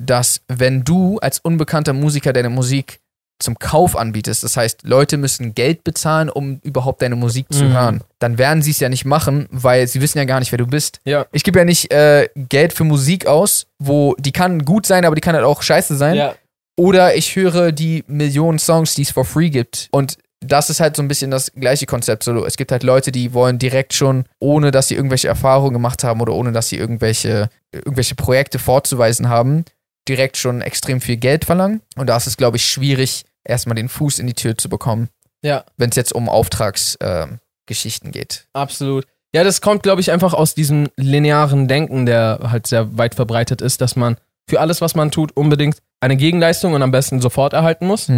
Speaker 2: dass wenn du als unbekannter Musiker deine Musik zum Kauf anbietest, das heißt, Leute müssen Geld bezahlen, um überhaupt deine Musik zu
Speaker 1: Mhm.
Speaker 2: hören, dann werden sie es ja nicht machen, weil sie wissen ja gar nicht, wer du bist.
Speaker 1: Ja.
Speaker 2: Ich gebe ja nicht äh, Geld für Musik aus, wo die kann gut sein, aber die kann halt auch scheiße sein.
Speaker 1: Ja,
Speaker 2: Oder ich höre die Millionen Songs, die es for free gibt. Und das ist halt so ein bisschen das gleiche Konzept. So, es gibt halt Leute, die wollen direkt schon, ohne dass sie irgendwelche Erfahrungen gemacht haben oder ohne dass sie irgendwelche, irgendwelche Projekte vorzuweisen haben, direkt schon extrem viel Geld verlangen. Und da ist es, glaube ich, schwierig, erstmal den Fuß in die Tür zu bekommen,
Speaker 1: ja.
Speaker 2: wenn es jetzt um Auftragsgeschichten Geschichten geht.
Speaker 1: Absolut. Ja, das kommt, glaube ich, einfach aus diesem linearen Denken, der halt sehr weit
Speaker 2: Hm.
Speaker 1: verbreitet ist, dass man für alles, was man tut, unbedingt eine Gegenleistung und am besten sofort erhalten muss.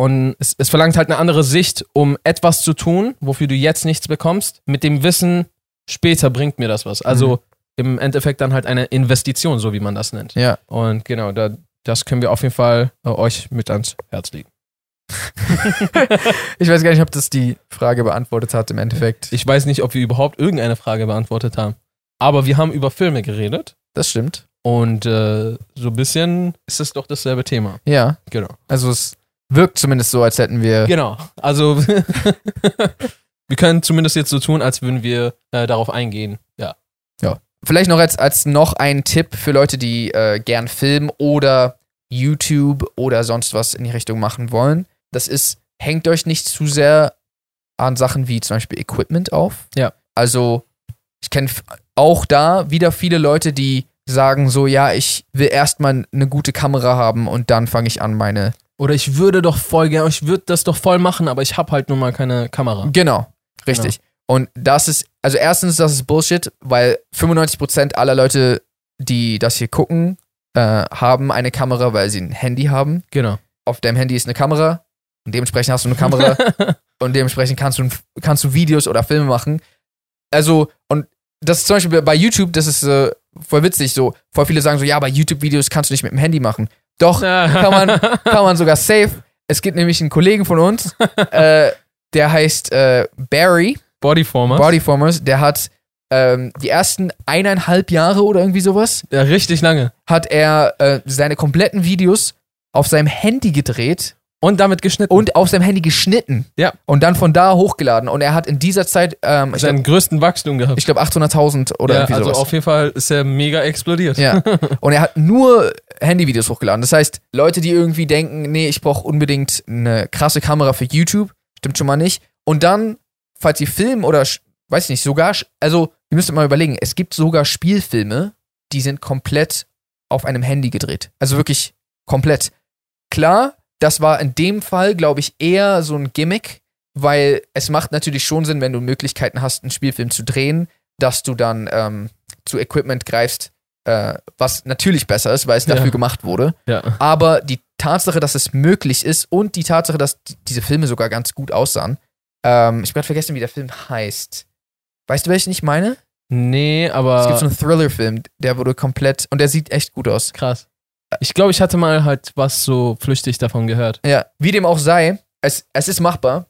Speaker 1: Und es, es verlangt halt eine andere Sicht, um etwas zu tun, wofür du jetzt nichts bekommst, mit dem Wissen, später bringt mir das was. Also im Endeffekt dann halt eine Investition, so wie man das
Speaker 2: <laughs>
Speaker 1: nennt.
Speaker 2: Ja.
Speaker 1: Und genau, da, das können wir auf jeden Fall äh, euch mit ans Herz legen.
Speaker 2: Ich weiß gar nicht, ob das die Frage beantwortet hat im Endeffekt.
Speaker 1: Ich weiß nicht, ob wir überhaupt irgendeine Frage beantwortet haben. Aber wir haben über Filme geredet
Speaker 2: Das stimmt.
Speaker 1: und äh, so ein bisschen ist es doch dasselbe Thema.
Speaker 2: Ja.
Speaker 1: Genau.
Speaker 2: Also es wirkt zumindest so, als hätten wir.
Speaker 1: Genau. Also <laughs> wir können zumindest jetzt so tun, als würden wir äh, darauf eingehen. Ja.
Speaker 2: Vielleicht noch als, als noch ein Tipp für Leute, die äh, gern Film oder YouTube oder sonst was in die Richtung machen wollen. Das ist, hängt euch nicht zu sehr an Sachen wie zum Beispiel Equipment auf.
Speaker 1: Ja.
Speaker 2: Also, ich kenne f- auch da wieder viele Leute, die sagen so, ja, ich will erstmal eine gute Kamera haben und dann fange ich an, meine.
Speaker 1: Oder ich würde doch voll gerne, ich würde das doch voll machen, aber ich habe halt nun mal keine Kamera.
Speaker 2: Genau, richtig. Und das ist, also erstens, das ist Bullshit, weil 95% aller Leute, die das hier gucken, äh, haben eine Kamera, weil sie ein Handy haben.
Speaker 1: <laughs> Genau.
Speaker 2: auf deinem Handy ist eine Kamera und dementsprechend hast du eine Kamera und dementsprechend kannst du, kannst du Videos oder Filme machen. Also, und das ist zum Beispiel bei YouTube, das ist äh, voll witzig, so, voll viele sagen so, ja, bei YouTube-Videos kannst du nicht mit dem Handy machen.
Speaker 1: <laughs>
Speaker 2: Doch, kann man, kann man sogar safe. Es gibt nämlich einen Kollegen von uns, äh, der heißt äh, Barry,
Speaker 1: Bodyformer.
Speaker 2: Bodyformers, der hat ähm, die ersten eineinhalb Jahre oder irgendwie sowas,
Speaker 1: ja, richtig lange.
Speaker 2: hat er äh, seine kompletten Videos auf seinem Handy gedreht
Speaker 1: Und damit geschnitten.
Speaker 2: und auf seinem Handy geschnitten.
Speaker 1: Ja.
Speaker 2: Und dann von da hochgeladen. Und er hat in dieser Zeit, ähm, ich glaube,
Speaker 1: seinen größten Wachstum gehabt.
Speaker 2: ich glaub 800.000 oder
Speaker 1: ja,
Speaker 2: irgendwie
Speaker 1: also
Speaker 2: sowas.
Speaker 1: auf jeden Fall ist er mega explodiert.
Speaker 2: ja. Und er hat nur Handyvideos hochgeladen. Das heißt, Leute, die irgendwie denken, nee, ich brauche unbedingt eine krasse Kamera für YouTube, stimmt schon mal nicht. Und dann, falls ihr Film oder, sch- weiß ich nicht, sogar, sch- also, ihr müsstet mal überlegen, es gibt sogar Spielfilme, die sind komplett auf einem Handy gedreht. Also wirklich komplett. Klar, das war in dem Fall, glaube ich, eher so ein Gimmick, weil es macht natürlich schon Sinn, wenn du Möglichkeiten hast, einen Spielfilm zu drehen, dass du dann ähm, zu Equipment greifst, äh, was natürlich besser ist, weil es
Speaker 1: Ja.
Speaker 2: dafür gemacht wurde.
Speaker 1: Ja.
Speaker 2: Aber die Tatsache, dass es möglich ist und die Tatsache, dass d- diese Filme sogar ganz gut aussahen. Ähm, ich habe gerade vergessen, wie der Film heißt. Weißt du, welchen ich meine?
Speaker 1: Nee, aber.
Speaker 2: es gibt so einen Thriller-Film, der wurde komplett und der sieht echt gut aus.
Speaker 1: Krass. Ich glaube, ich hatte mal halt was so flüchtig davon gehört.
Speaker 2: Ja, wie dem auch sei, es, es ist machbar.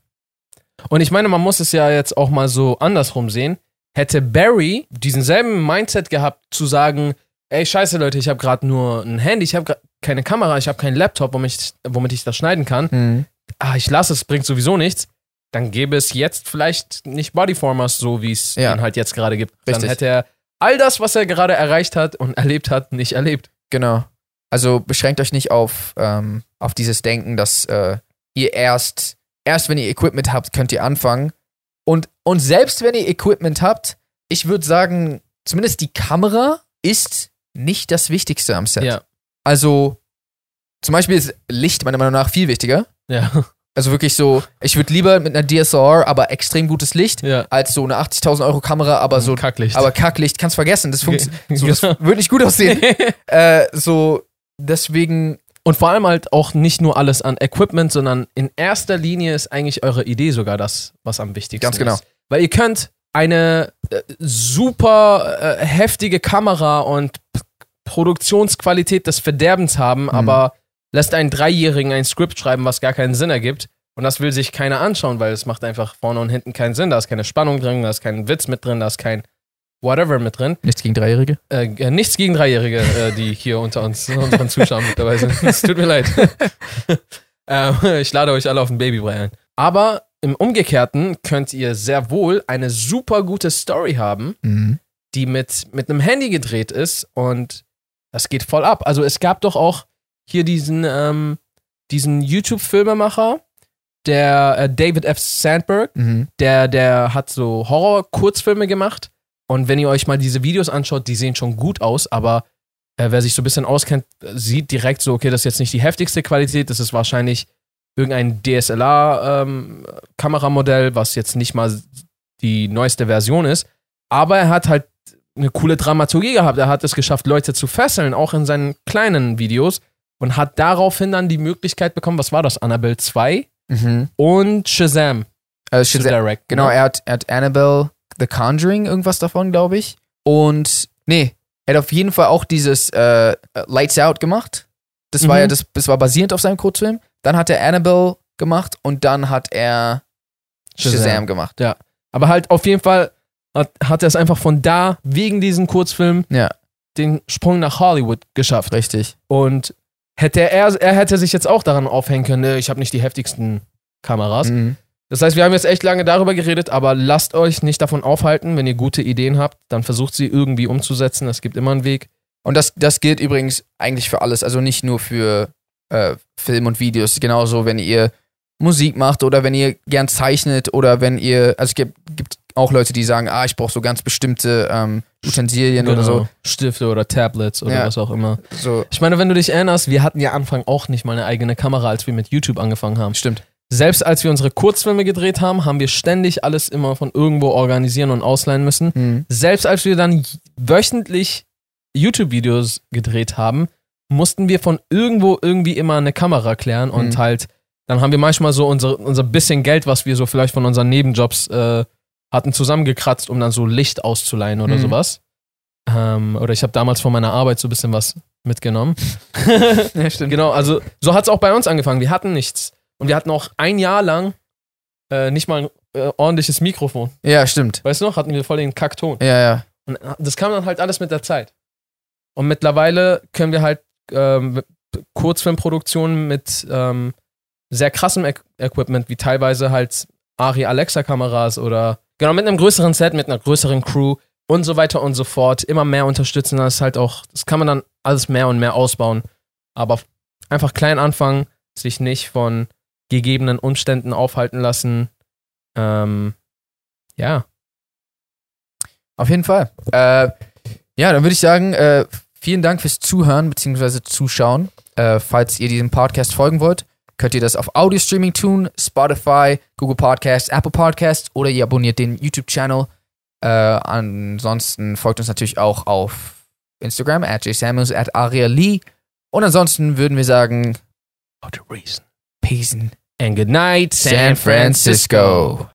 Speaker 1: Und ich meine, man muss es ja jetzt auch mal so andersrum sehen. Hätte Barry diesen selben Mindset gehabt, zu sagen, ey, scheiße Leute, ich habe gerade nur ein Handy, ich habe keine Kamera, ich habe keinen Laptop, womit ich, womit ich das schneiden kann. Ah, ich lasse es, bringt sowieso nichts. Dann gäbe es jetzt vielleicht nicht Bodyformers, so wie es
Speaker 2: Ja.
Speaker 1: ihn halt jetzt gerade gibt.
Speaker 2: Richtig.
Speaker 1: Dann hätte er all das, was er gerade erreicht hat und erlebt hat, nicht erlebt.
Speaker 2: Genau. Also beschränkt euch nicht auf, ähm, auf dieses Denken, dass äh, ihr erst, erst wenn ihr Equipment habt, könnt ihr anfangen. Und, und selbst wenn ihr Equipment habt, ich würde sagen, zumindest die Kamera ist nicht das Wichtigste am Set.
Speaker 1: Ja.
Speaker 2: Also zum Beispiel ist Licht meiner Meinung nach viel wichtiger.
Speaker 1: Ja.
Speaker 2: Also wirklich so, ich würde lieber mit einer DSLR, aber extrem gutes Licht,
Speaker 1: <laughs> Ja.
Speaker 2: als so eine 80.000 Euro Kamera, aber so
Speaker 1: kacklich.
Speaker 2: Also aber Kacklicht, kannst vergessen, das funktioniert. So, das
Speaker 1: Genau.
Speaker 2: würde nicht gut aussehen. äh, so, deswegen,
Speaker 1: Und vor allem halt auch nicht nur alles an Equipment, sondern in erster Linie ist eigentlich eure Idee sogar das, was am wichtigsten
Speaker 2: Ganz genau.
Speaker 1: ist. Weil ihr könnt eine äh, super äh, heftige Kamera und P Produktionsqualität des Verderbens haben,
Speaker 2: Mhm.
Speaker 1: aber lässt einen Dreijährigen ein Skript schreiben, was gar keinen Sinn ergibt. Und das will sich keiner anschauen, weil es macht einfach vorne und hinten keinen Sinn. Da ist keine Spannung drin, da ist kein Witz mit drin, da ist kein Whatever mit drin.
Speaker 2: nichts gegen Dreijährige.
Speaker 1: Äh, äh, nichts gegen Dreijährige, äh, die hier unter uns, <laughs> unseren Zuschauern mit dabei sind. Es tut mir leid. <laughs> äh, ich lade euch alle auf den Babybrei ein. Aber im Umgekehrten könnt ihr sehr wohl eine super gute Story haben,
Speaker 2: Mhm.
Speaker 1: die mit, mit einem Handy gedreht ist und das geht voll ab. Also es gab doch auch hier diesen, ähm, diesen YouTube-Filmemacher, der äh, David F. Sandberg,
Speaker 2: Mhm.
Speaker 1: der, der hat so Horror-Kurzfilme gemacht. Und wenn ihr euch mal diese Videos anschaut, die sehen schon gut aus, aber äh, wer sich so ein bisschen auskennt, äh, sieht direkt so, okay, das ist jetzt nicht die heftigste Qualität, das ist wahrscheinlich irgendein DSLR-Kameramodell, ähm, was jetzt nicht mal die neueste Version ist. Aber er hat halt eine coole Dramaturgie gehabt. Er hat es geschafft, Leute zu fesseln, auch in seinen kleinen Videos. und hat daraufhin dann die Möglichkeit bekommen, was war das, Annabelle 2
Speaker 2: Mhm.
Speaker 1: und Shazam
Speaker 2: Also
Speaker 1: zu
Speaker 2: Shazam,
Speaker 1: direct.
Speaker 2: Genau, er hat, er hat Annabelle, The Conjuring, irgendwas davon, glaube ich. Und nee, er hat auf jeden Fall auch dieses äh, Lights Out gemacht. Das war
Speaker 1: Mhm.
Speaker 2: ja das, das war basierend auf seinem Kurzfilm. Dann hat er Annabelle gemacht und dann hat er Shazam, gemacht.
Speaker 1: Aber halt auf jeden Fall hat, hat er es einfach von da, wegen diesem Kurzfilm,
Speaker 2: Ja.
Speaker 1: den Sprung nach Hollywood geschafft.
Speaker 2: Richtig.
Speaker 1: Und hätte er, er hätte sich jetzt auch daran aufhängen können, ne, ich habe nicht die heftigsten Kameras.
Speaker 2: Mhm.
Speaker 1: Das heißt, wir haben jetzt echt lange darüber geredet, aber lasst euch nicht davon aufhalten, wenn ihr gute Ideen habt, dann versucht sie irgendwie umzusetzen. Es gibt immer einen Weg.
Speaker 2: Und das, das gilt übrigens eigentlich für alles, also nicht nur für äh, Film und Videos. Genauso, wenn ihr Musik macht oder wenn ihr gern zeichnet oder wenn ihr, also es gibt, gibt auch Leute, die sagen, ah, ich brauche so ganz bestimmte ähm, Utensilien oder so.
Speaker 1: Genau. Stifte oder Tablets oder
Speaker 2: Ja.
Speaker 1: was auch immer.
Speaker 2: So,
Speaker 1: Ich meine, wenn du dich erinnerst, wir hatten ja Anfang auch nicht mal eine eigene Kamera, als wir mit YouTube angefangen haben.
Speaker 2: stimmt.
Speaker 1: Selbst als wir unsere Kurzfilme gedreht haben, haben wir ständig alles immer von irgendwo organisieren und ausleihen müssen.
Speaker 2: hm.
Speaker 1: Selbst als wir dann j- wöchentlich YouTube-Videos gedreht haben, mussten wir von irgendwo irgendwie immer eine Kamera klären und
Speaker 2: Mhm.
Speaker 1: halt, dann haben wir manchmal so unsere, unser bisschen Geld, was wir so vielleicht von unseren Nebenjobs äh, hatten, zusammengekratzt, um dann so Licht auszuleihen oder
Speaker 2: Mhm.
Speaker 1: sowas. Ähm, oder ich habe damals von meiner Arbeit so ein bisschen was mitgenommen.
Speaker 2: <laughs> Ja, stimmt.
Speaker 1: Genau, also so hat es auch bei uns angefangen. Wir hatten nichts. Und wir hatten auch ein Jahr lang äh, nicht mal ein äh, ordentliches Mikrofon.
Speaker 2: Ja, stimmt.
Speaker 1: Weißt du noch, hatten wir voll den Kackton.
Speaker 2: Ja, ja.
Speaker 1: Und das kam dann halt alles mit der Zeit. Und mittlerweile können wir halt ähm, Kurzfilmproduktionen mit ähm, sehr krassem Equ- Equipment, wie teilweise halt Ari Alexa Kameras oder genau mit einem größeren Set, mit einer größeren Crew und so weiter und so fort. Immer mehr unterstützen, das ist halt auch, das kann man dann alles mehr und mehr ausbauen. Aber einfach klein anfangen, sich nicht von gegebenen Umständen aufhalten lassen. Ähm, ja.
Speaker 2: Auf jeden Fall. Äh, ja, dann würde ich sagen, äh, vielen Dank fürs Zuhören bzw. Zuschauen. Äh, falls ihr diesem Podcast folgen wollt, könnt ihr das auf Audio Streaming tun, Spotify, Google Podcasts, Apple Podcasts oder ihr abonniert den YouTube-Channel. Äh, ansonsten folgt uns natürlich auch auf Instagram, at jsamuels, at arialee. Und ansonsten würden wir sagen,
Speaker 1: Out of reason.
Speaker 2: Peace and
Speaker 1: And good night,
Speaker 2: San Francisco.